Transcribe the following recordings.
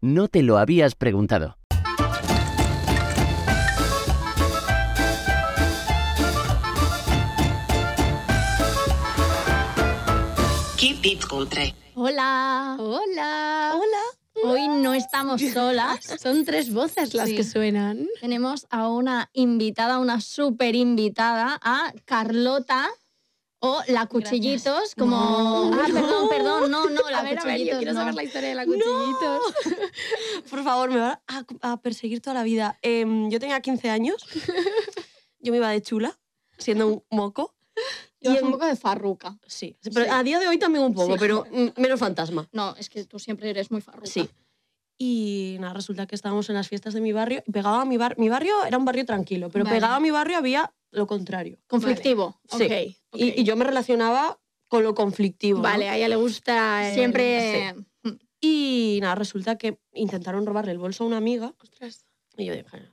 No te lo habías preguntado. Keep it culture. Hola. Hola. Hola. Hoy no estamos solas. Son tres voces las Sí. que suenan. Tenemos a una invitada, una súper invitada, a Carlota o la Cuchillitos, como. No. ah, perdón, perdón, no, no, la a ver, a ver, Cuchillitos. yo quiero no. saber la historia de la No. cuchillitos. Por favor, me van a, a perseguir toda la vida. Em, yo tenía 15 años. Yo me iba de chula, siendo un moco. Llevas en- un poco de farruca. Sí. Pero Sí. a día de hoy también un poco, Sí. pero mm, menos fantasma. No, es que tú siempre eres muy farruca. Sí. Y nada, resulta que estábamos en las fiestas de mi barrio. y Pegaba a mi barrio. Mi barrio era un barrio tranquilo, pero Vale. pegaba a mi barrio había lo contrario. Conflictivo. Vale. Ok, Y- ok. Y, yo me relacionaba con lo conflictivo. ¿no? Vale, a ella le gusta. el- Siempre. Y nada, resulta que intentaron robarle el bolso a una amiga. Y yo dije, "Ah, no".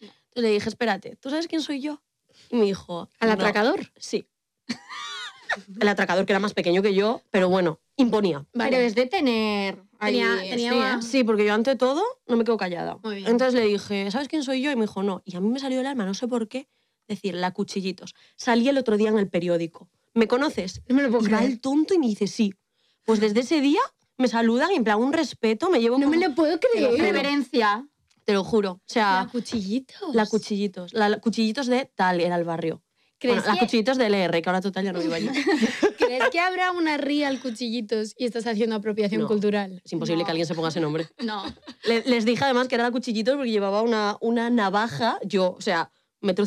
Entonces le dije, espérate, ¿tú sabes quién soy yo? Y me dijo, Al "No". atracador. Sí. el atracador que era más pequeño que yo, pero bueno, imponía. Pero es de tener. ahí- Tenía- tenía sí, ¿eh? más- Sí, porque yo ante todo no me quedo callada. Muy bien. Entonces le dije, ¿sabes quién soy yo? Y me dijo, no. Y a mí me salió el alma, no sé por qué, decir, la cuchillitos. Salí el otro día en el periódico. ¿Me conoces? No me lo puedo Y va creer. el tonto y me dice, sí. Pues desde ese día me saludan y en plan un respeto, me llevo No me como- lo puedo lo juro. creer. Reverencia. Te lo juro. O sea, La cuchillitos. la cuchillitos. La, la cuchillitos de tal era el barrio. Bueno, ¿Crees, las que, cuchillitos de LR, que ahora total ya no vivo allí. ¿Crees que habrá una real cuchillitos y estás haciendo apropiación No. cultural? Es imposible No. que alguien se ponga ese nombre. No. Le- les dije además que era la cuchillitos porque llevaba una, una navaja, yo, o sea, metro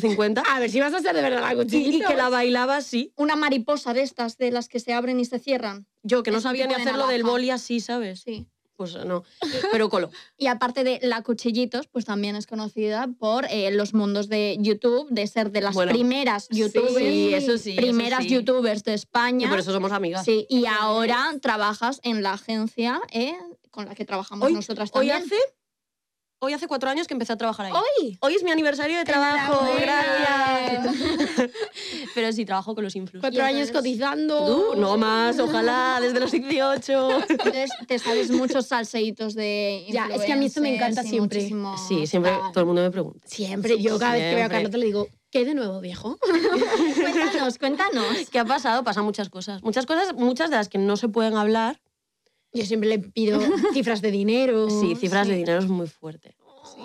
cincuenta, A ver si vas a ser de verdad la y, cuchillitos. y que la bailaba así. Una mariposa de estas, de las que se abren y se cierran. Yo, que no Es un sabía ni tipo de hacerlo del navaja. boli así, ¿sabes? Sí. Pues no. Pero colo. Y aparte de La Cuchillitos, pues también es conocida por eh, los mundos de YouTube, de ser de las Bueno, primeras youtubers, sí, eso sí, eso primeras sí. youtubers de Y España. por eso somos amigas. sí, y ahora trabajas en la agencia eh, con la que trabajamos Hoy- nosotras Hoy también. hace, hoy hace cuatro años que empecé a trabajar ahí. ¡Hoy! Hoy es mi aniversario de trabajo. ¡Enhorabuena! Gracias. Pero sí, trabajo con los influencers. Cuatro Y años entonces- cotizando. Tú, Oh, no más, ojalá, desde los 18. Entonces te sabes muchos salseitos de Ya, es que a mí esto me encanta influencers y siempre. muchísimo Ah, Sí, siempre tal. todo el mundo me pregunta. Siempre, yo cada vez que veo a Siempre. Carlota le digo, ¿qué de nuevo, viejo? Cuéntanos, cuéntanos. ¿Qué ha pasado? Pasan muchas cosas. Muchas cosas, muchas de las que no se pueden hablar. Yo siempre le pido cifras de dinero. Sí, cifras de dinero es muy fuerte.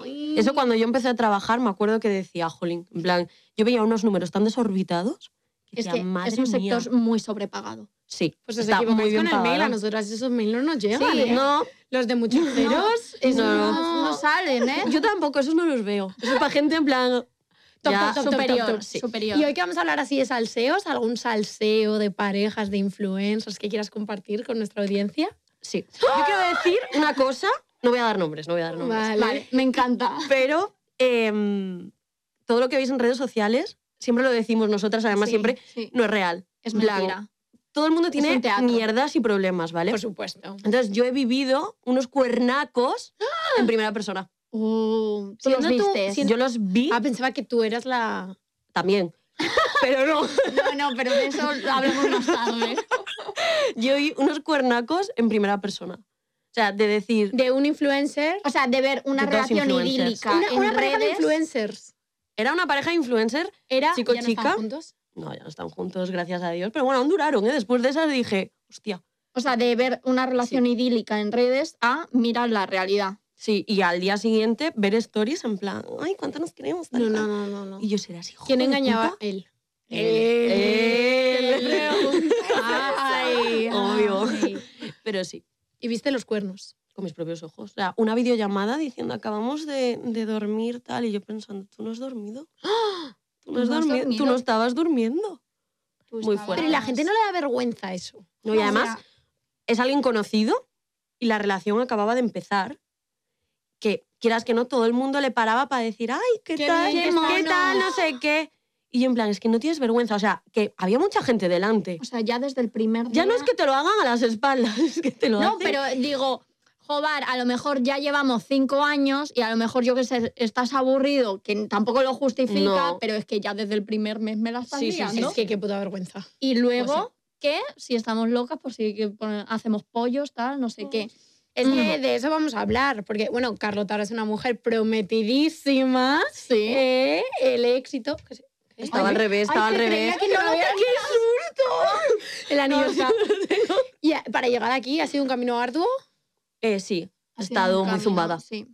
Mm. Eso cuando yo empecé a trabajar, me acuerdo que decía, jolín, en plan, yo veía unos números tan desorbitados. Que Es decía, que madre es un mía". sector muy sobrepagado. Sí, Pues os está muy equivocáis bien con el mail, a pagado. nosotras esos mails no nos llegan. Sí, ¿eh? No, Los de muchos ceros. Eso no. no salen, ¿eh? yo tampoco, esos no los veo. Eso es para gente en plan... Top, ya, top, top, top, superior, top. sí. superior. Y hoy que vamos a hablar así de salseos, ¿algún salseo de parejas, de influencers que quieras compartir con nuestra audiencia? Sí. Yo quiero decir una cosa, no voy a dar nombres, no voy a dar nombres. Vale. Vale, me encanta. Pero em, todo lo que veis en redes sociales, siempre lo decimos nosotras, además Sí, siempre, sí. no es real. Es en plan, mentira. Todo el mundo tiene un teatro. mierdas y problemas, ¿vale? Por supuesto. Entonces yo he vivido unos cuernacos ¡Ah! en primera persona. Oh, Tú los siendo tú- vistes. siendo- Yo los vi Ah, pensaba que tú eras la... también. Pero no, No, no, pero de eso hablamos más tarde. yo vi unos cuernacos en primera persona. O sea, de decir, De un influencer. O sea, de ver una De dos relación influencers. idílica Una, en una pareja de redes. influencers. era una pareja de influencer, Era Chico, ya no están chica. juntos. no, ya no están juntos, gracias a Dios, pero bueno, aún duraron, ¿eh? Después de esas dije, hostia, o sea, de ver una relación idílica en redes a mirar la realidad. sí, y al día siguiente ver stories en plan, ay, ¿cuánto nos queremos? tal, No, tal". no, no, no, no. Y yo será así. hijo ¿Quién de engañaba? puta? Él. Él. Él. Él. Ay, Obvio. ay. Pero sí, Y viste los cuernos. con mis propios ojos. O sea, una videollamada diciendo, acabamos de, de dormir, tal, y yo pensando, ¿tú no has dormido? ¿Tú no, has ¿No has dormido? dormido? ¿Tú no estabas durmiendo? Tú Muy estabas- fuerte. Pero y Pues la gente no le da vergüenza eso. No, y además es alguien conocido y la relación acababa de empezar que quieras que no, todo el mundo le paraba para decir, ay, ¿qué, Qué tal? bien, ¿Qué qué mono". tal? No sé qué. Y yo en plan, es que no tienes vergüenza. O sea, que había mucha gente delante. O sea, ya desde el primer día. Ya no es que te lo hagan a las espaldas, es que te lo No, hacen. pero digo, Jobar, a lo mejor ya llevamos cinco años y a lo mejor yo que sé, estás aburrido, que tampoco lo justifica, No. pero es que ya desde el primer mes me la estás Sí, sí, sí, liando. Es que qué puta vergüenza. Y Pues luego que si estamos locas, pues sí que pone- hacemos pollos, tal, no sé qué. Es que de eso vamos a hablar, porque, bueno, Carlota ahora es una mujer prometidísima. Sí. Eh, el éxito. que se- Estaba al Ay, revés, estaba ay, al que revés. creía que no lo había- El anillo No, está- Y a- para llegar aquí ha sido un camino arduo, Eh, sí, ha sido estado un muy camino, zumbada. Sí.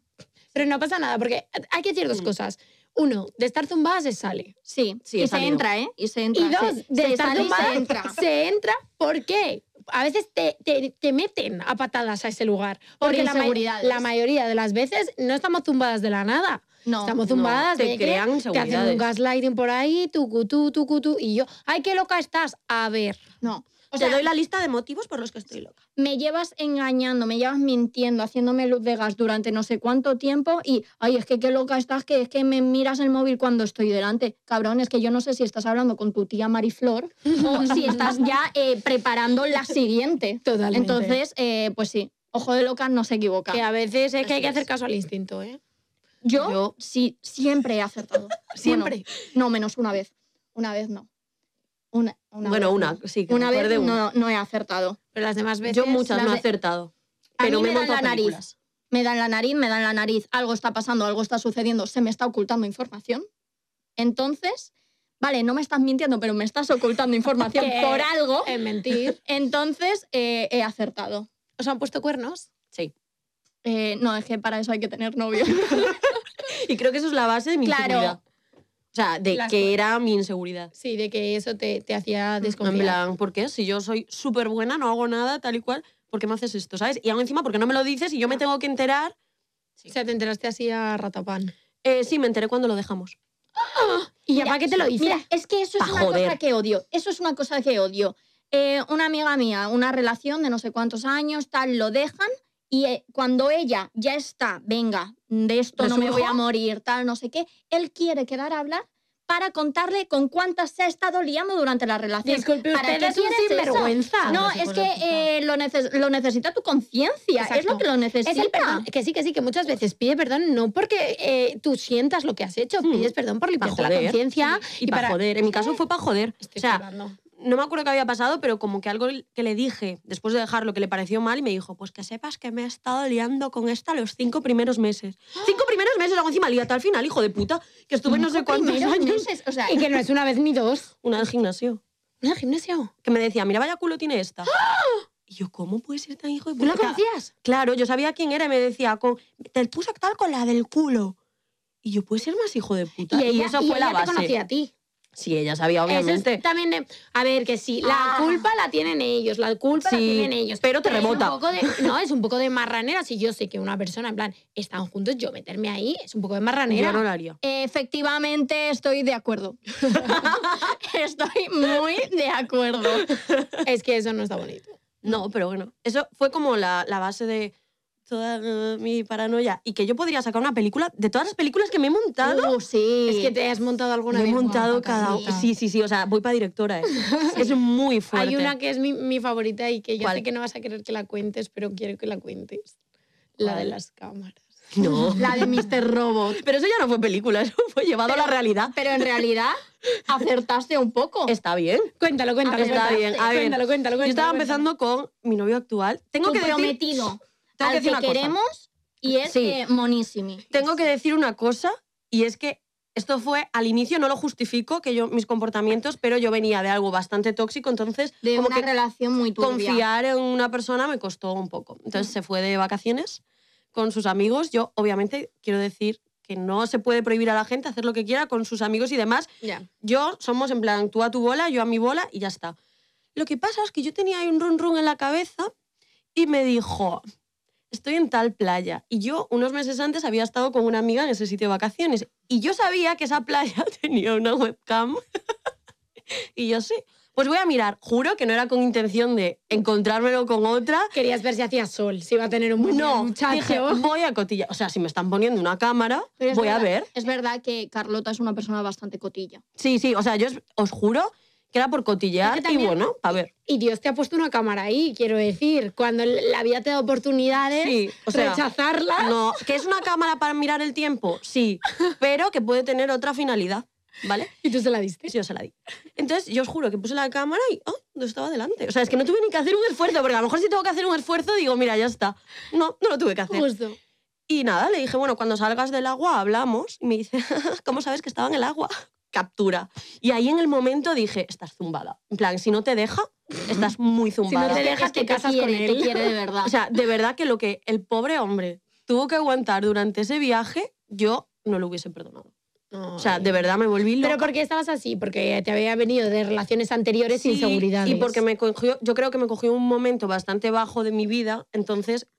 pero no pasa nada, porque hay que decir dos Mm. cosas. Uno, de estar zumbada se sale. Sí, Sí, he y se salido. entra, ¿eh? Y se entra. Y dos, se, de se estar sale y tumbada. se entra. Se entra, ¿por qué? A veces te, te- te meten a patadas a ese lugar. Por Porque la, ma- inseguridades. la mayoría de las veces no estamos zumbadas de la nada. No, estamos No, zumbadas de te que crean te hacen un inseguridades. gaslighting por ahí, tu cutú, tu cutú, y yo, ay, qué loca estás. A ver. no. O te sea, doy la lista de motivos por los que estoy loca. me llevas engañando, me llevas mintiendo, haciéndome luz de gas durante no sé cuánto tiempo y, ay, es que qué loca estás, que es que me miras el móvil cuando estoy delante. Cabrón, es que yo no sé si estás hablando con tu tía Mariflor o si estás ya eh, preparando la siguiente. Totalmente. Entonces, eh, pues sí, ojo de loca no se equivoca. que a veces es que hay Así que hacer es. caso al instinto, ¿eh? Yo, yo- sí, siempre he acertado. Siempre. Bueno, no, menos una vez. Una vez no. Una, una bueno, vez una, no. sí, que Una me acuerde vez una. no, no he acertado. Pero las demás veces. Yo muchas las no he de- acertado. A Pero mí me me, he dan montado la nariz. películas. me dan la nariz, me dan la nariz, algo está pasando, algo está sucediendo, se me está ocultando información. Entonces, vale, no me estás mintiendo, pero me estás ocultando información ¿Qué? por algo. En mentir. Entonces, eh, he acertado. ¿Os han puesto cuernos? Eh, no, es que para eso hay que tener novio. Y creo que eso es la base de mi Claro. inseguridad. O sea, de Las que cosas. era mi inseguridad. Sí, de que eso te, te hacía Mm. En desconfiar. plan, ¿por qué? Si yo soy súper buena, no hago nada, tal y cual, ¿por qué me haces esto, sabes? Y aún encima, porque no me lo dices y yo me tengo que enterar. O sea, te enteraste así a ratapán. Eh, sí, me enteré cuando lo dejamos. ¿Y Mira, ya para qué te lo dices? Mira, es que eso es Pa' una joder. cosa que odio. Eso es una cosa que odio. Eh, una amiga mía, una relación de no sé cuántos años, tal, lo dejan y eh, cuando ella ya está, venga, de esto no me voy a ¿Resurjo? morir, tal, no sé qué, él quiere quedar a hablar para contarle con cuántas se ha estado liando durante la relación. Disculpe, ¿Para usted qué es un quieres eso? sinvergüenza. No, Ah, hijo es de que puta. eh, lo, neces- lo necesita tu conciencia, es Exacto. lo que lo necesita. Es el perdón. Que sí, que sí, que muchas veces pide perdón no porque eh, tú sientas lo que has hecho, Mm. pides perdón por limpiarte la joder. conciencia. Y, para, joder. En mi caso fue para joder. o Estoy sea, flipando. no me acuerdo qué había pasado, pero como que algo que le dije después de dejarlo que le pareció mal y me dijo, pues que sepas que me he estado liando con esta los cinco primeros meses. Cinco primeros meses, hago encima liata al final, hijo de puta, que estuve Pues no sé Cinco cuántos primeros años. meses, o sea, Y que no es una vez ni dos. Una del gimnasio. ¿Una gimnasio? Que me decía, mira, vaya culo tiene esta. Y yo, ¿cómo puede ser tan hijo de ¿Tú puta? la conocías? Claro, yo sabía quién era y me decía, con, te puso tal con la del culo. Y yo, puede ser más hijo de puta. Y, ella- eso fue la ella te base. conocía a ti. Sí, ella sabía, Eso es este, obviamente. también de- a ver, que sí, la Ah. culpa la tienen ellos, la culpa Sí, la tienen ellos. pero te es un rebota. poco de- no, es un poco de marranera. Si yo sé que una persona, en plan, están juntos, yo meterme ahí, es un poco de marranera. Yo no lo haría. Efectivamente, estoy de acuerdo. estoy muy de acuerdo. Es que eso no está bonito. No, pero bueno, eso fue como la, la base de toda eh, mi paranoia. Y que yo podría sacar una película de todas las películas que me he montado. Uh, sí. Es que te has montado alguna me he vez. montado guapa, cada Carlita. Sí, sí, sí, o sea, voy para directora. eh. Es muy fuerte. Hay una que es mi, mi favorita y que yo ¿Cuál? sé que no vas a querer que la cuentes, pero quiero que la cuentes. La de ¿Cuál? las cámaras. No. La de Mr. Robot. Pero eso ya no fue película, eso fue llevado a la realidad. Pero en realidad, acertaste un poco. Está bien. Cuéntalo, cuéntalo. Está cuéntalo. bien, a ver. Cuéntalo, cuéntalo, Yo cuéntalo, estaba cuéntalo. empezando con mi novio actual. Tengo que decir, comprometido tengo que al que, decir una cosa. queremos y es Sí. eh, monísimi. Tengo que decir una cosa y es que esto fue al inicio no lo justifico que yo mis comportamientos, pero yo venía de algo bastante tóxico, entonces De como una que relación muy turbia. confiar en una persona me costó un poco. Entonces se fue de vacaciones con sus amigos. Yo, obviamente, quiero decir que no se puede prohibir a la gente hacer lo que quiera con sus amigos y demás. Ya. Yo somos en plan, tú a tu bola, yo a mi bola y ya está. Lo que pasa es que yo tenía ahí un run run en la cabeza y me dijo, estoy en tal playa. Y yo unos meses antes había estado con una amiga en ese sitio de vacaciones. Y yo sabía que esa playa tenía una webcam. y yo sí, Pues voy a mirar. Juro que no era con intención de encontrármelo con otra. Querías ver si hacía sol, si iba a tener un buen día, No, muchacho. dije, "Mm". voy a cotillar. O sea, si me están poniendo una cámara, Pero es voy a verdad- ver. Es verdad que Carlota es una persona bastante cotilla. Sí, sí, o sea, yo os- os juro que era por cotillear Es que y también- bueno, a ver. Y Dios te ha puesto una cámara ahí, quiero decir. Cuando la vida te da oportunidades, Sí, o sea, rechazarla. No, que es una cámara para mirar el tiempo, sí, pero que puede tener otra finalidad, ¿vale? Y tú se la diste. Yo se la di. Entonces, yo os juro que puse la cámara y ¡ah! no estaba delante. O sea, es que no tuve ni que hacer un esfuerzo, porque a lo mejor si tengo que hacer un esfuerzo digo, mira, ya está. No, no lo tuve que hacer. Justo. Y nada, le dije, bueno, cuando salgas del agua hablamos. Y me dice, ¿cómo sabes que estaba en el agua? Captura. Y ahí en el momento dije, estás zumbada. En plan, si no te deja, estás muy zumbada. te deja, Es que te casas quiere, con él. Te quiere de verdad. O sea, de verdad que lo que el pobre hombre tuvo que aguantar durante ese viaje, yo no lo hubiese perdonado. O sea, de verdad me volví loca. eh, Pero ¿por qué estabas así? Porque te había venido de relaciones anteriores sin Sí, seguridad. Y porque me cogió, yo creo que me cogió un momento bastante bajo de mi vida, entonces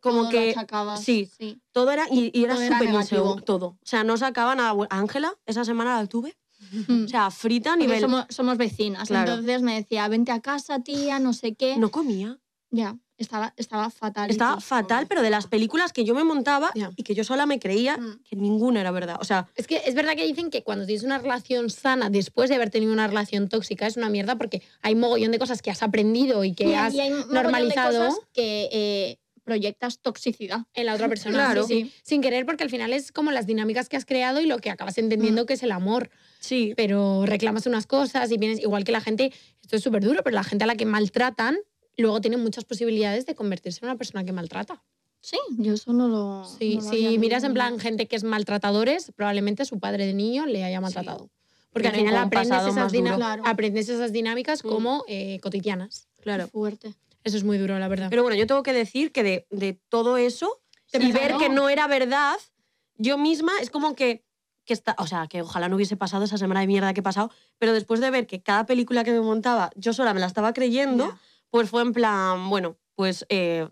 como Todo lo que achacabas, sí. todo era y, y era Todo era súper negativo. inseguro todo. O sea, no sacaba nada. bueno. Ángela, esa semana la tuve, Mm. o sea, frita a Porque nivel somos, somos vecinas, Claro. entonces me decía, vente a casa, tía, no sé qué. no comía. Ya, estaba, estaba fatal. Estaba fatal, pero de las películas que yo me montaba Ya. y que yo sola me creía Mm. que ninguna era verdad. O sea, Es que es verdad que dicen que cuando tienes una relación sana después de haber tenido una relación tóxica es una mierda porque hay mogollón de cosas que has aprendido y que que has normalizado. que eh, proyectas toxicidad. en la otra persona. Claro. sí, sí. Sin querer, porque al final es como las dinámicas que has creado y lo que acabas Mm. entendiendo que es el amor. sí, Pero reclamas unas cosas y vienes, igual que la gente, esto es súper duro, pero la gente a la que maltratan luego tiene muchas posibilidades de convertirse en una persona que maltrata. Sí, yo eso no lo. Sí, no lo había si miras en vivido. plan gente que es maltratadores, probablemente su padre de niño le haya maltratado. Porque al Tienen como final un aprendes pasado esas, más dina- duro. Claro. aprendes esas dinámicas Mm. como eh, cotidianas. claro. Fuerte. Eso es muy duro, la verdad. Pero bueno, yo tengo que decir que de, de todo eso Te y ver perdonó. que no era verdad, yo misma es como que, que está, o sea, que ojalá no hubiese pasado esa semana de mierda que he pasado, pero después de ver que cada película que me montaba yo sola me la estaba creyendo, Ya. pues fue en plan, bueno, pues eh,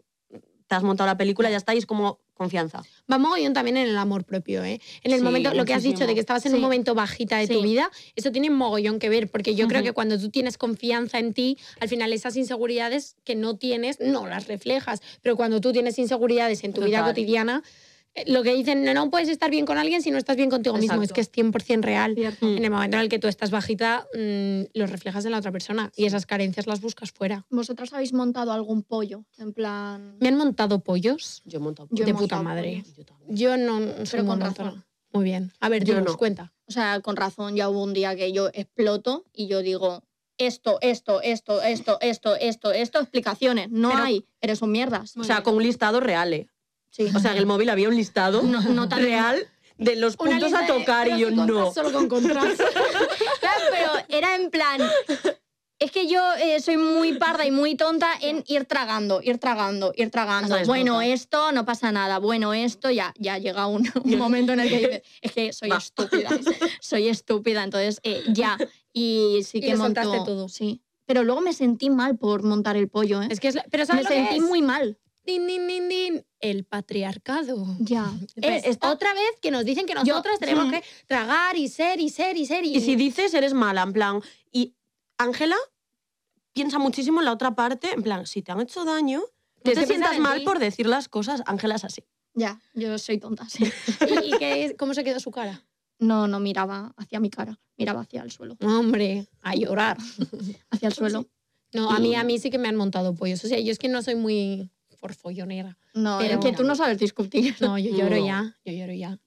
te has montado la película, ya está, y es como confianza. va mogollón también en el amor propio, ¿eh? En el Sí, momento, lo que has dicho muchísimo. de que estabas en un Sí. momento bajita de tu Sí. vida, eso tiene mogollón que ver, porque yo creo Ujú. que cuando tú tienes confianza en ti, al final esas inseguridades que no tienes, no las reflejas, pero cuando tú tienes inseguridades en tu vida Total. cotidiana, eh, lo que dicen, no, no puedes estar bien con alguien si no estás bien contigo mismo, es Exacto. que es 100% real. Cierto. En el momento en el que tú estás bajita, mm, los reflejas en la otra persona y esas carencias las buscas fuera. ¿Vosotras habéis montado algún pollo? En plan. Me han montado pollos Yo monto Yo he de puta montado madre. pollos. Yo también. Yo no, no soy Pero muy con montona. razón. Muy bien. A ver, Yo yo no. cuenta. O sea, con razón, ya hubo un día que yo exploto y yo digo. Esto, esto, esto, esto, esto, esto, esto, explicaciones. No Pero- hay. Eres un mierdas. O sea, con un listado real. eh. Sí. O sea, en el móvil había un listado no, no tan real de los Una puntos lista a de tocar y pros yo contras no. Solo con contras. Claro, pero era en plan. Es que yo eh, soy muy parda y muy tonta en ir tragando, ir tragando, ir tragando. Hasta Bueno, explotar. esto no pasa nada. Bueno, esto ya, ya llega un, un momento en el que dices, es que soy Va. estúpida. Soy estúpida, entonces eh, ya. Y sí Y que lo montó- soltaste todo. Sí. Pero luego me sentí mal por montar el pollo, ¿eh? Es que es la- pero me ¿sabes lo que sentí es? muy mal. Din, din, din, din. El patriarcado. Ya. Es Está- otra vez que nos dicen que nosotras tenemos Mm. que tragar y ser y ser y ser. Y, Y si dices, eres mala, en plan. Y Ángela piensa muchísimo en la otra parte, en plan, si te han hecho daño, no Que te se piensan sientas en mal ti. por decir las cosas. Ángela es así. Ya, yo soy tonta, sí. ¿Y, y qué es? cómo se quedó su cara? No, no miraba hacia mi cara, miraba hacia el suelo. Hombre, a llorar. Hacia el suelo. No, a mí, a mí sí que me han montado pollos. O sea, yo es que no soy muy forfollonera. No, Pero es que no. tú no sabes discutir. No, yo lloro No. ya, yo lloro ya.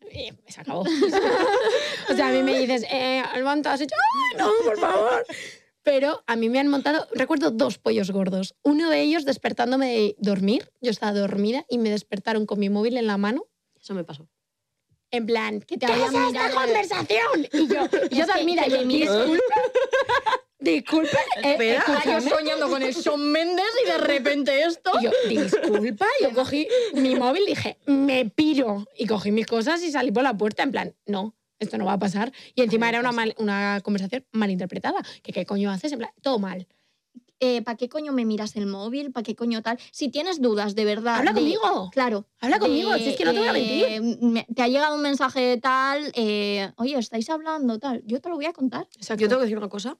Eh, Se acabó. o sea, a mí me dices, eh, Almanto, has hecho, ¡ay, no, por favor! Pero a mí me han montado, recuerdo dos pollos gordos. Uno de ellos despertándome de dormir, yo estaba dormida y me despertaron con mi móvil en la mano, Eso me pasó. en plan, que te ¿Qué había es esta mirado. conversación! Y yo, y yo Es que dormida, te yo, le miras. disculpa, disculpa, eh, Espera. Estaba escúchame. yo soñando con el Shawn Mendes y de repente esto. Y yo, disculpa, yo cogí mi móvil, dije, me piro. Y cogí mis cosas y salí por la puerta en plan, no, esto no va a pasar. Y encima era una, mal- una conversación malinterpretada. Que qué coño haces, en plan, todo mal. Eh, ¿Para qué coño me miras el móvil? ¿Para qué coño tal? Si tienes dudas, de verdad. Habla Ah, de- conmigo, Claro. habla conmigo, de, si es que no te voy a mentir. eh, me- te ha llegado un mensaje tal, eh, oye, estáis hablando tal. Yo te lo voy a contar. Yo tengo que decir una cosa.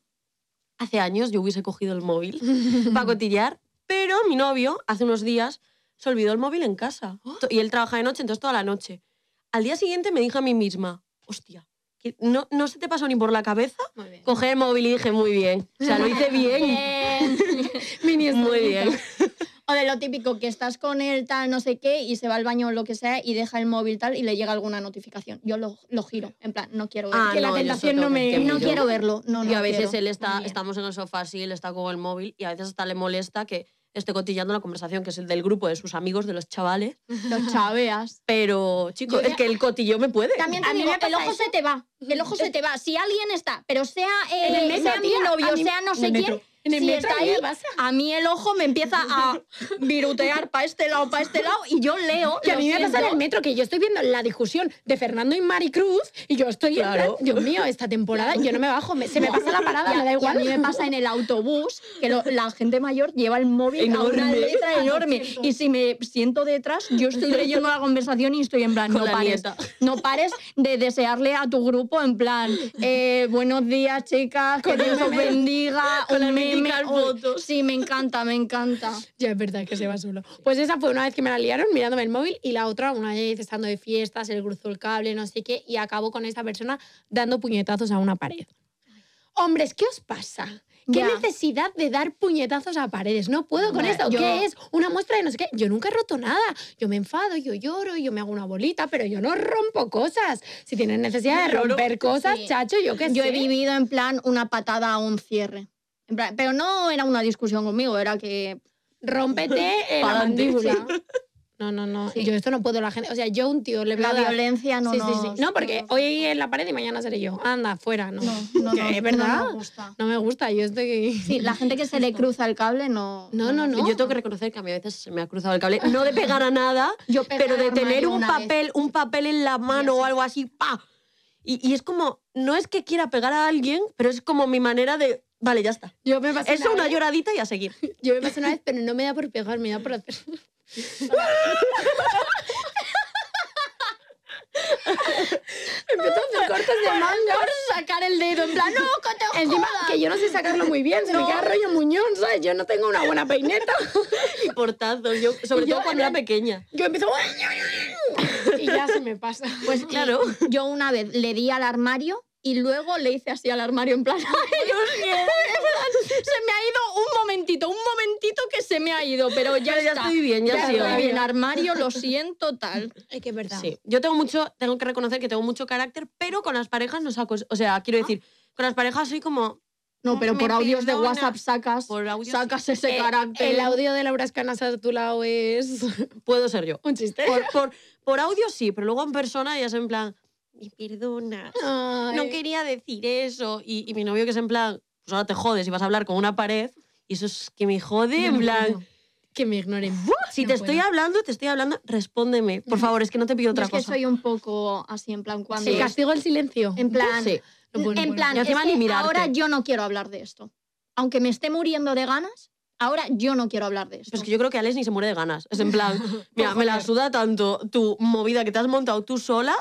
hace años yo hubiese cogido el móvil para cotillar, pero mi novio hace unos días se olvidó el móvil en casa. To- Y él trabaja de noche, entonces toda la noche. Al día siguiente me dije a mí misma, hostia, que no, no se te pasó ni por la cabeza Muy bien. coger el móvil y dije, muy bien. O sea, lo hice bien. Mini muy bien. O de lo típico, que estás con él, tal, no sé qué, y se va al baño o lo que sea, y deja el móvil, tal, y le llega alguna notificación. Yo lo, lo giro, en plan, no quiero verlo. Ah, Que la no, yo tentación eso no tengo me... que No yo- quiero verlo, no, no Y a veces quiero. él está, Ah, Muy bien. estamos en el sofá, sí, él está con el móvil y a veces hasta le molesta que esté cotillando la conversación, que es el del grupo de sus amigos, de los chavales. Los chaveas. Pero, chico, Yo ya- es que el cotillo me puede. También A te mí digo, me pasa el ojo se te va. El ojo se te va. Si alguien está, pero sea, eh, En el metro, sea mi tía, novio, a mí- sea no sé en el quién, metro. En el si metro está a mí me ahí, pasa. a mí el ojo me empieza a virutear para este lado, para este lado, y yo leo. Que a lo mí me pasa en siento. el metro que yo estoy viendo la discusión de Fernando y Maricruz y yo estoy en Claro. plan, Dios mío, esta temporada yo no me bajo, me- se me pasa la Y parada, a- me da y igual. a mí me pasa en el autobús que lo- la gente mayor lleva el móvil a una Enorme. letra enorme. Y si me siento detrás, yo estoy leyendo la conversación y estoy en plan, Con no la pares. nieta. No pares de desearle a tu grupo en plan, eh, buenos días, chicas, que Dios os bendiga. un Con las meme. míticas Uy, fotos. Sí, me encanta, me encanta. Ya es verdad que se va solo. Pues esa fue una vez que me la liaron mirándome el móvil y la otra una vez estando de fiestas, el cruzó el cable, no sé qué, y acabó con esta persona dando puñetazos a una pared. Hombres, ¿qué os pasa? ¿Qué Ya. necesidad de dar puñetazos a paredes? No puedo con Bueno, esto. yo- ¿Qué es? Una muestra de no sé qué. Yo nunca he roto nada. Yo me enfado, yo lloro, yo me hago una bolita, pero yo no rompo cosas. Si tienen necesidad de Lloro. romper cosas, Sí. chacho, yo qué Yo sé. he vivido en plan una patada a un cierre. En plan, Pero no era una discusión conmigo, era que Rómpete eh, la Pa'lante. mandíbula. No, no, no. Sí. Yo esto no puedo. La gente, o sea, yo un tío le veo la violencia no sí, sí, sí. nos- No, porque nos- hoy es la pared y mañana seré yo. Anda, fuera, no. No, No, no, ¿Qué? no, ¿Es no verdad? me gusta. me gusta, yo estoy... Sí, la gente que se le cruza el cable no. No, no, no. Yo tengo que reconocer que a mí a veces se me ha cruzado el cable. No de pegar a nada, Yo pegué pero al de armario tener un una vez. papel, un papel en la mano Ya o sé. algo así, ¡pa! Y, y es como, no es que quiera pegar a alguien, pero es como mi manera de, vale, ya está. Yo me pasé Eso, una vez- lloradita y a seguir. Yo me pasé una vez, pero no me da por pegar, me da por hacer... Empiezo a hacer cortes de manga. Por sacar el dedo, en plan, no, Encima, que yo no sé sacarlo muy bien, se me queda rollo muñón, ¿sabes? Yo no tengo una buena peineta. Y portazos, yo, sobre Y yo, todo cuando era pequeña. Yo empiezo... Y ya se me pasa. Pues Claro. Yo una vez le di al armario y luego le hice así al armario en plan. "Ay, se me ha ido un momentito, un momentito que se me ha ido, pero ya Pero ya está. estoy bien, ya, Ya sigo. estoy bien, armario, lo siento tal. Es que es verdad. Sí, yo tengo mucho, tengo que reconocer que tengo mucho carácter, pero con las parejas no saco, o sea, Ah. quiero decir, con las parejas soy como No, pero Me por audios de perdona. WhatsApp sacas, por audio sacas ese Eh, carácter. El audio de Laura Escanas a tu lado es puedo ser yo. un chiste. Por, por, por audio sí, pero luego en persona ya es en plan, me perdonas, no quería decir eso. Y, y mi novio que es en plan, pues ahora te jodes y vas a hablar con una pared. Y eso es que me jode, en plan, que me ignoren. si te estoy hablando, te estoy hablando, respóndeme. Por favor, es que no te pido Yo otra es que cosa. soy un poco así en plan cuando. El castigo del silencio. En plan, Sí. No puedo, no en puedo. plan, Y encima es que ni mirarte. ahora yo no quiero hablar de esto. Aunque me esté muriendo de ganas, ahora yo no quiero hablar de esto. Pero es Pues que yo creo que Alex ni se muere de ganas. Es en plan, mira, me la suda tanto tu movida que te has montado tú sola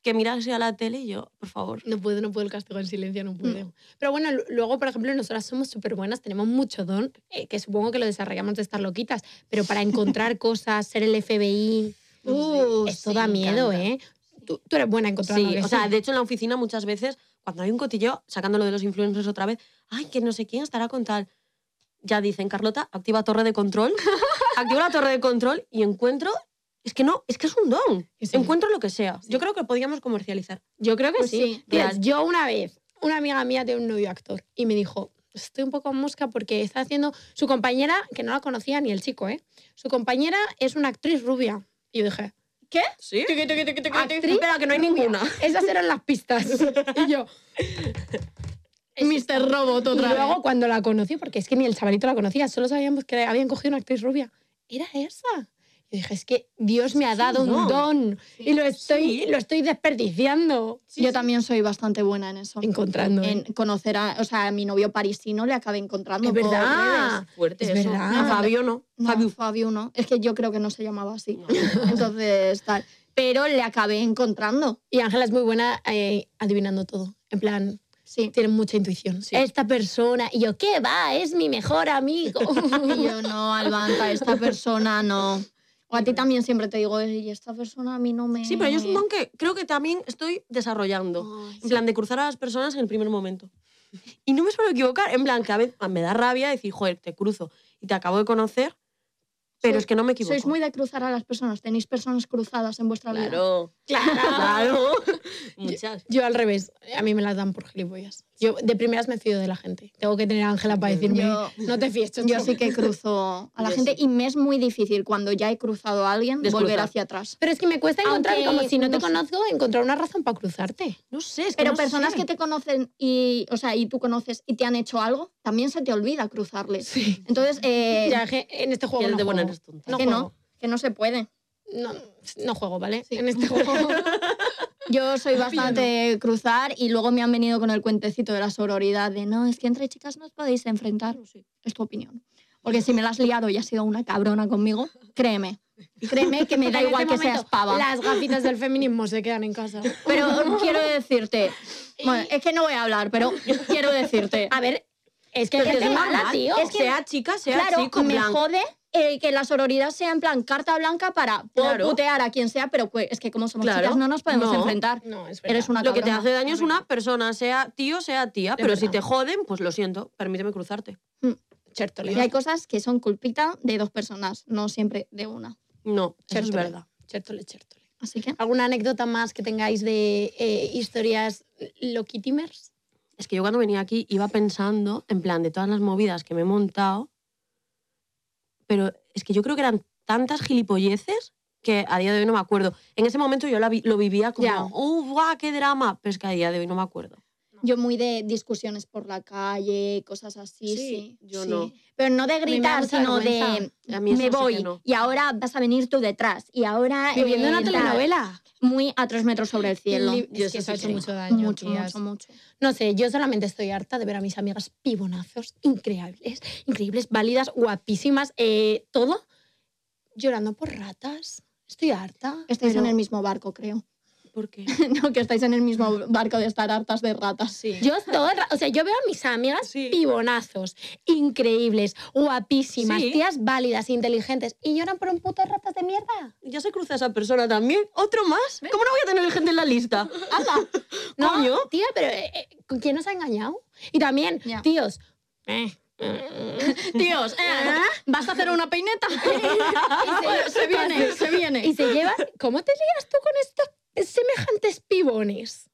que miras a la tele y yo, por favor. No puedo, no puedo el castigo del silencio, no puedo. Mm. Pero bueno, lu- luego, por ejemplo, nosotras somos súper buenas, tenemos mucho don, eh, que supongo que lo desarrollamos de estar loquitas, pero para encontrar cosas, ser el FBI, Uh, esto sí, da me miedo, encanta. ¿eh? Tú, tú eres buena encontrando. Sí, o sea, de hecho en la oficina muchas veces, cuando hay un cotillo, sacándolo de los influencers otra vez, ay, que no sé quién estará con tal. Ya dicen, Carlota, activa torre de control. activa la torre de control y encuentro. Es que no, es que es un don. Que sí. Encuentro lo que sea. Yo creo que podíamos comercializar. Yo creo que Pues sí. sí. Tía, Real. yo una vez, una amiga mía tiene un novio actor y me dijo, estoy un poco mosca porque está haciendo... Su compañera, que no la conocía ni el chico, ¿eh? Su compañera es una actriz rubia. Y yo dije, ¿qué? Sí. Actriz Espera, que no hay ninguna. Esas eran las pistas. Y yo... Mr. Robot Y otra vez. luego cuando la conocí, porque es que ni el chavalito la conocía, solo sabíamos que habían cogido una actriz rubia. Era esa. Y dije, es que Dios me ha dado un don. don y lo estoy, lo estoy desperdiciando. yo también soy bastante buena en eso. Encontrando. ¿eh? En conocer a, o sea, a mi novio parisino le acabé encontrando. Es por verdad. redes. Fuerte Es eso. verdad. A Fabio no. No, Fabio. Fabio no. Es que yo creo que no se llamaba así. Entonces, tal. Pero le acabé encontrando. Y Ángela es muy buena eh, adivinando todo. En plan, Sí. Tienen mucha intuición. Sí. Esta persona, y yo, ¿qué va? Es mi mejor amigo. Y yo, no, Albanta, esta persona no. O a ti también siempre te digo, y esta persona a mí no me... Sí, pero yo es un don que creo que también estoy desarrollando. Ay, En plan, de cruzar a las personas en el primer momento. Y no me suelo equivocar. En plan, que a veces me da rabia decir, joder, te cruzo y te acabo de conocer, pero Sois- es que no me equivoco. Sois muy de cruzar a las personas, tenéis personas cruzadas en vuestra vida. Claro, claro. Muchas. Yo al revés, a mí me las dan por gilipollas. Yo de primeras me fío de la gente. Tengo que tener a Ángela para decirme, Yo- no te fíes, chocho". Yo sí que cruzo a la Yo gente y me es muy difícil cuando ya he cruzado a alguien Descruzar. volver hacia atrás. Pero es que me cuesta encontrar, Aunque como si no te no sé. conozco, encontrar una razón para cruzarte. No sé, es que Pero no personas sé. que te conocen y, o sea, y tú conoces y te han hecho algo, también se te olvida cruzarles. Sí. Entonces, eh, Ya, que en este juego Que el no de buena juego. eres tonta. No que juego. no, que no se puede. No, no juego, ¿vale? Sí. En este juego. Yo soy bastante cruzar y luego me han venido con el cuentecito de la sororidad de no, es que entre chicas no os podéis enfrentar. Es tu opinión. Porque si me la has liado y has sido una cabrona conmigo, créeme. Créeme que me da En igual este que seas momento, pava. Las gafitas del feminismo se quedan en casa. Pero quiero decirte, bueno, es que no voy a hablar, pero quiero decirte. A ver, es que Pero es es normal, mala, tío. es que- sea chica, sea claro, chico, en me plan, jode eh, que la sororidad sea en plan carta blanca para puedo Claro. putear a quien sea, pero pues, es que como somos Claro. chicas no nos podemos No. enfrentar. No, es verdad. Eres una Lo que te cabrona. hace daño es una persona, sea tío, sea tía, pero si te joden, pues lo siento, permíteme cruzarte. Y hay cosas que son culpita de dos personas, no siempre de una. No, eso es Chértole. verdad. Chértole, chértole. Así que ¿Alguna anécdota más que tengáis de eh, historias loquitimers? Es que yo cuando venía aquí iba pensando, en plan, de todas las movidas que me he montado, pero es que yo creo que eran tantas gilipolleces que a día de hoy no me acuerdo. En ese momento yo la vi- lo vivía como, Ya. ¡uh, guau, qué drama! Pero es que a día de hoy no me acuerdo. yo muy de discusiones por la calle, cosas así, Sí, sí. yo sí. no. Pero no de me da gritar, mucha sino de vergüenza. A mí eso me sí que voy no. y ahora vas a venir tú detrás y ahora Viviendo eh, una tal. telenovela. muy a tres metros sobre el cielo. Li- es Yo eso que eso ha sí hecho creo. mucho daño. mucho, tías. mucho, mucho. No sé, yo solamente estoy harta de ver a mis amigas pibonazos, increíbles, increíbles, válidas, guapísimas, eh, todo, llorando por ratas. Estoy harta. Estáis pero- en el mismo barco, creo. ¿Por qué? no, que estáis en el mismo barco de estar hartas de ratas. Sí. Yo todo el ra- o sea, yo veo a mis amigas Sí. pibonazos, increíbles, guapísimas, Sí. tías válidas, inteligentes, y lloran por un puto de ratas de mierda. Ya se cruza esa persona también. ¿Otro más? ¿Cómo no voy a tener gente en la lista? ¡Hala! No, Coño. tía, pero eh, eh, ¿con quién nos ha engañado? Y también, Ya. tíos, eh, Tíos, ¿eh? ¿vas a hacer una peineta? se, viene, se viene. y se llevan, ¿cómo te lías tú con estos semejantes pibones?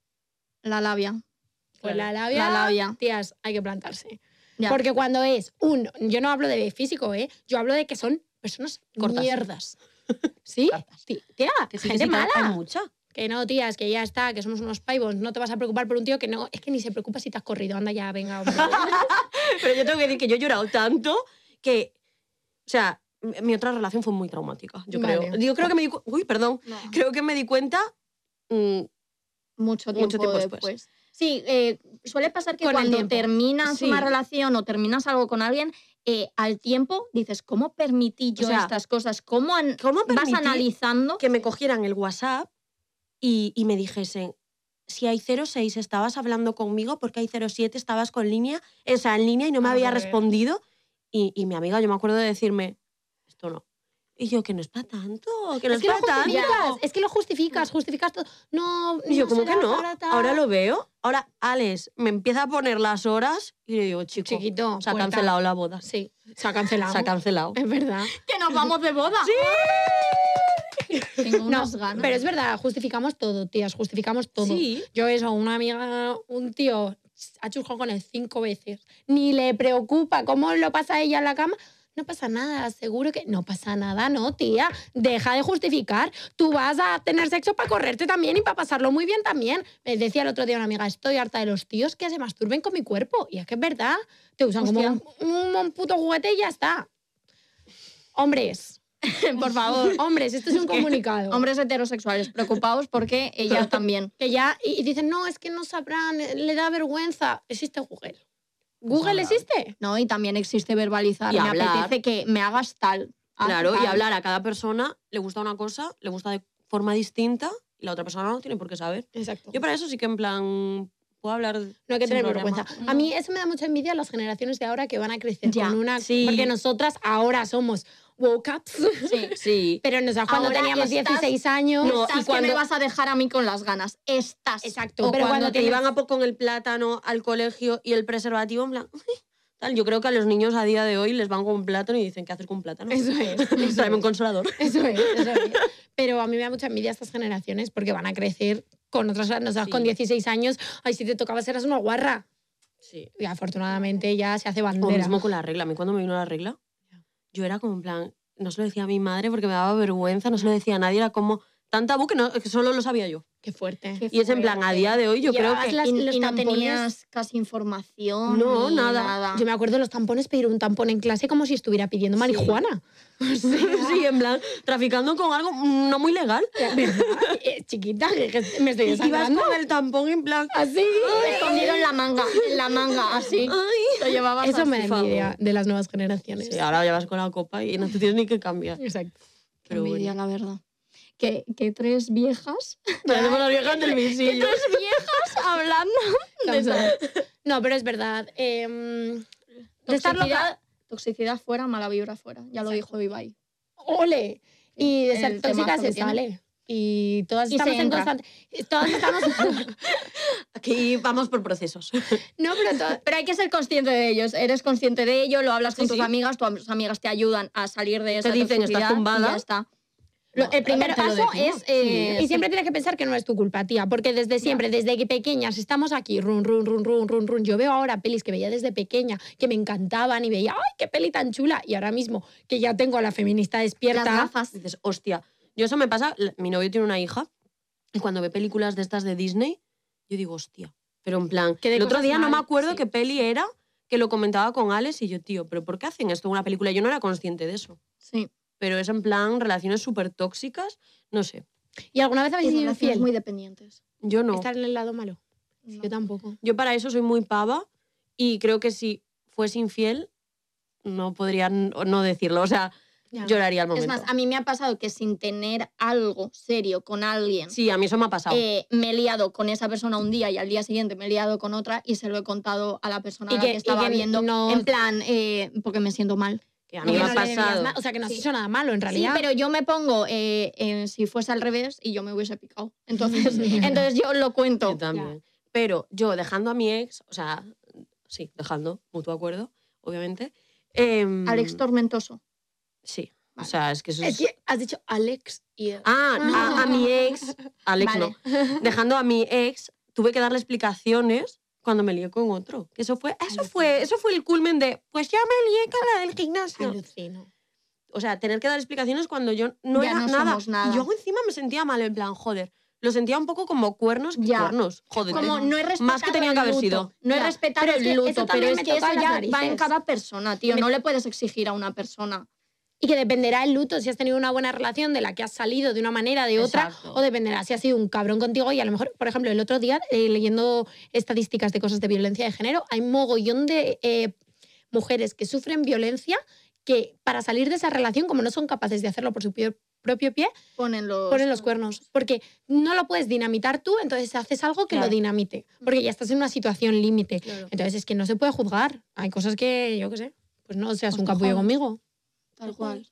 La labia. Pues la labia, La labia. tías, hay que plantarse. Ya. Porque cuando es un, yo no hablo de físico, ¿eh? Yo hablo de que son personas Cortas. mierdas. ¿Sí? Cortas. Ti- Tía, Que sí, que gente sí, que mala. Hay mucha. Que no, tías, que ya está, que somos unos paivos, no te vas a preocupar por un tío que no, es que ni se preocupa si te has corrido, anda ya, venga, hombre. Pero yo tengo que decir que yo he llorado tanto que, o sea, m- mi otra relación fue muy traumática, yo creo. Vale. Yo creo que me di cu- uy, perdón, creo que me di cuenta mm, Mucho tiempo, Mucho tiempo después. después. Sí, eh, suele pasar que Con el cuando tiempo. terminas Sí. una relación o terminas algo con alguien, eh, al tiempo dices, ¿cómo permití yo O sea, estas cosas? ¿Cómo an- ¿cómo vas permití analizando? que me cogieran el WhatsApp y, y me dijesen si hay 06 estabas hablando conmigo porque hay 07 estabas con línea, o sea, en línea y no me Ah, había vale. respondido y, y mi amiga yo me acuerdo de decirme esto no. Y yo que no es para tanto, que no es es, que lo para tanto. justificas, es que lo justificas, justificas todo. No, Y yo, no como será que no? para tal. Ahora lo veo. Ahora Alex me empieza a poner las horas y le digo, chico, Chiquito, se ha puerta. cancelado la boda. Sí, se ha cancelado. Se ha cancelado. Es verdad. ¡Que nos vamos de boda! Tengo No, unas ganas. pero es verdad, justificamos todo, tías, justificamos todo. Sí. Yo eso, una amiga, un tío, ha churjado con él cinco veces, ni le preocupa cómo lo pasa ella en la cama. No pasa nada, seguro que no pasa nada, no, tía. Deja de justificar. Tú vas a tener sexo para correrte también y para pasarlo muy bien también. Me decía el otro día una amiga, estoy harta de los tíos que se masturben con mi cuerpo. Y es que es verdad, te usan Hostia. como un- un, un puto juguete y ya está. Hombres, Por favor. hombres, esto es un que, comunicado. Hombres heterosexuales, preocupados porque ellas también. que ya y, y dicen, no, es que no sabrán, eh, le da vergüenza. Existe Google. ¿Google hablar. existe? No, y también existe verbalizar. Y me hablar. apetece que me hagas tal. haz Claro, y tal. hablar a cada persona le gusta una cosa, le gusta de forma distinta y la otra persona no tiene por qué saber. Exacto. Yo para eso sí que en plan puedo hablar. No hay que sin tener problema. vergüenza. A mí eso me da mucha envidia a las generaciones de ahora que van a crecer Ya, con una... sí. Porque nosotras ahora somos woke ups, Sí. Sí. pero nos cuando Ahora teníamos estás- 16 años... No, y cuando... que me vas a dejar a mí con las ganas. Estás. Exacto, O pero cuando, cuando te tienes- iban a por con el plátano al colegio y el preservativo, en plan, tal, yo creo que a los niños a día de hoy les van con un plátano y dicen, ¿qué hacer con un plátano? Eso es, eso es. Tráeme un consolador. Eso es, eso es. Pero a mí me da mucha envidia estas generaciones porque van a crecer con otras... Nosotras Sí. con 16 años, ay, si te tocabas eras una guarra. Sí. Y afortunadamente ya se hace O bandera. mismo con la regla. A mí cuando me vino la regla, yo era como en plan, no se lo decía a mi madre porque me daba vergüenza, no se lo decía a nadie, era como tan tabú que, no- que solo lo sabía yo. Qué fuerte. Qué eh, Y es en plan, a fuerte. día de hoy yo creo Llevabas que... las- Y, los y no tampones. tenías casi información. No, ni nada. Yo me acuerdo de los tampones, pedir un tampón en clase como si estuviera pidiendo marihuana. O sea, sí, en plan, traficando con algo no muy legal. eh, Chiquita, que me estoy Y ibas desangrando. con el tampón en plan... Así. Escondido en la manga, en la manga, así. Ay. Lo llevabas Eso me da así. envidia de las nuevas generaciones. Sí, ahora llevas con la copa y no te tienes ni que cambiar. Exacto. Qué Pero envidia, bueno. la verdad. Que, que tres viejas. Tenemos las viejas del misillo. Tres viejas hablando. Vamos a ver. No, pero es verdad. em, de estar loca. toxicidad fuera, mala vibra fuera. Ya lo dijo Ibai. ¡Ole! Y de ser El temazo tóxica se que tiene. sale. Y todas Y estamos se en entra. constante. Todas estamos. Aquí vamos por procesos. No, pero todas. Pero hay que ser consciente de ellos. Eres consciente de ello, lo hablas Sí, con tus sí. amigas, tus amigas te ayudan a salir de esa dicen, "Estás toxicidad tumbada". Y ya está. Lo- No, el primer pero te paso lo decimos. es... eh, Y siempre tienes que pensar que no es tu culpa, tía, porque desde siempre, desde que pequeñas estamos aquí, run, run, run, run, run, run. Yo veo ahora pelis que veía desde pequeña, que me encantaban y veía, ¡ay, qué peli tan chula! Y ahora mismo, que ya tengo a la feminista las despierta, gafas. Dices, hostia, yo eso me pasa, la- mi novio tiene una hija y cuando ve películas de estas de Disney, yo digo, hostia. Pero en plan, Que de el otro cosas día no me mal, acuerdo sí. qué peli era, que lo comentaba con Alex y yo, tío, pero ¿por qué hacen esto en una película? Yo no era consciente de eso. Sí. Pero es en plan relaciones súper tóxicas, no sé. y alguna vez habéis Y sido relaciones infiel. muy dependientes. Yo no. Estar en el lado malo. No. Yo tampoco. Yo para eso soy muy pava y creo que si fuese infiel no podría n- no decirlo, o sea, lloraría al Es momento. más, a mí me ha pasado que sin tener algo serio con alguien, Sí, a mí eso me ha pasado. eh, me he liado con esa persona un día y al día siguiente me he liado con otra y se lo he contado a la persona Y a la que- que, y estaba que viendo. no- En plan, eh, porque me siento mal. que a no mí me le ha deberías pasado. O sea, que no has Sí. hecho nada malo, en realidad. Sí, pero yo me pongo, eh, eh, si fuese al revés, y yo me hubiese picado. Entonces, entonces yo lo Yo cuento. también. Pero yo dejando a mi ex, o sea, sí, dejando, mutuo acuerdo, obviamente. em, Alex Tormentoso. Sí. Vale. O sea, es que eso Es es... que has dicho Alex y... Ah, a, a mi ex, Alex Vale. no. Dejando a mi ex, tuve que darle explicaciones cuando me lié con otro. Que eso fue, eso fue, eso fue el culmen de, pues ya me lié con la del gimnasio. Alucino. o sea, tener que dar explicaciones cuando yo no Ya era no nada. somos nada. Y yo encima me sentía mal, en plan, joder. Lo sentía un poco como cuernos que Ya. cuernos. Joder. Como no he respetado Más que tenía el que haber luto. sido. No he Ya. respetado Pero es el que eso luto, pero también es me que eso toca las ya va en narices. cada persona, tío. Me- No le puedes exigir a una persona. Y que dependerá el luto, si has tenido una buena relación, de la que has salido de una manera, de otra, Exacto. o dependerá si has sido un cabrón contigo. Y a lo mejor, por ejemplo, el otro día, eh, leyendo estadísticas de cosas de violencia de género, hay mogollón de eh, mujeres que sufren violencia que para salir de esa relación, como no son capaces de hacerlo por su pie- propio pie, Ponen los, ponen los cuernos. Porque no lo puedes dinamitar tú, entonces haces algo que Claro. lo dinamite. Porque ya estás en una situación límite. Claro. Entonces es que no se puede juzgar. Hay cosas que, yo qué sé, pues no seas Pues un te capullo jodes. conmigo. Tal cual.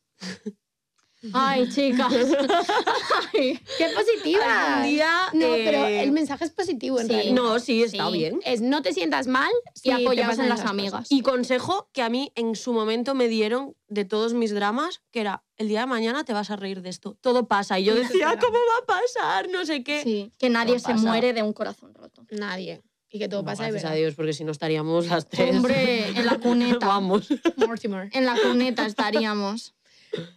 Ay, chicas. Ay. ¡Qué positiva! Un día, No, eh, pero el mensaje es positivo en sí. realidad. No, sí, está Sí. bien. Es no te sientas mal si Y te apoyaos pasan en las esas cosas. amigas. Y consejo que a mí en su momento me dieron de todos mis dramas, que era, el día de mañana te vas a reír de esto, todo pasa. Y yo No se decía, espera. ¿cómo va a pasar? No sé qué. Sí, que nadie No se pasa. muere de un corazón roto. Nadie. Y que todo No, pasa de gracias a verdad. Dios, porque si no estaríamos las tres. Hombre, en la cuneta. Vamos. Mortimer. En la cuneta estaríamos.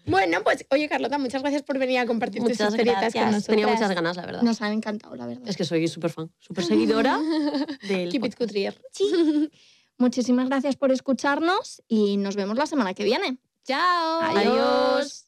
Bueno, pues oye, Carlota, muchas gracias por venir a compartir tus Muchas historietas con gracias. nosotros. Tenía muchas ganas, la verdad. Nos han encantado, la verdad. Es que soy súper fan, súper seguidora del Keep podcast. it cutrier. Muchísimas gracias por escucharnos y nos vemos la semana que viene. Chao. Adiós.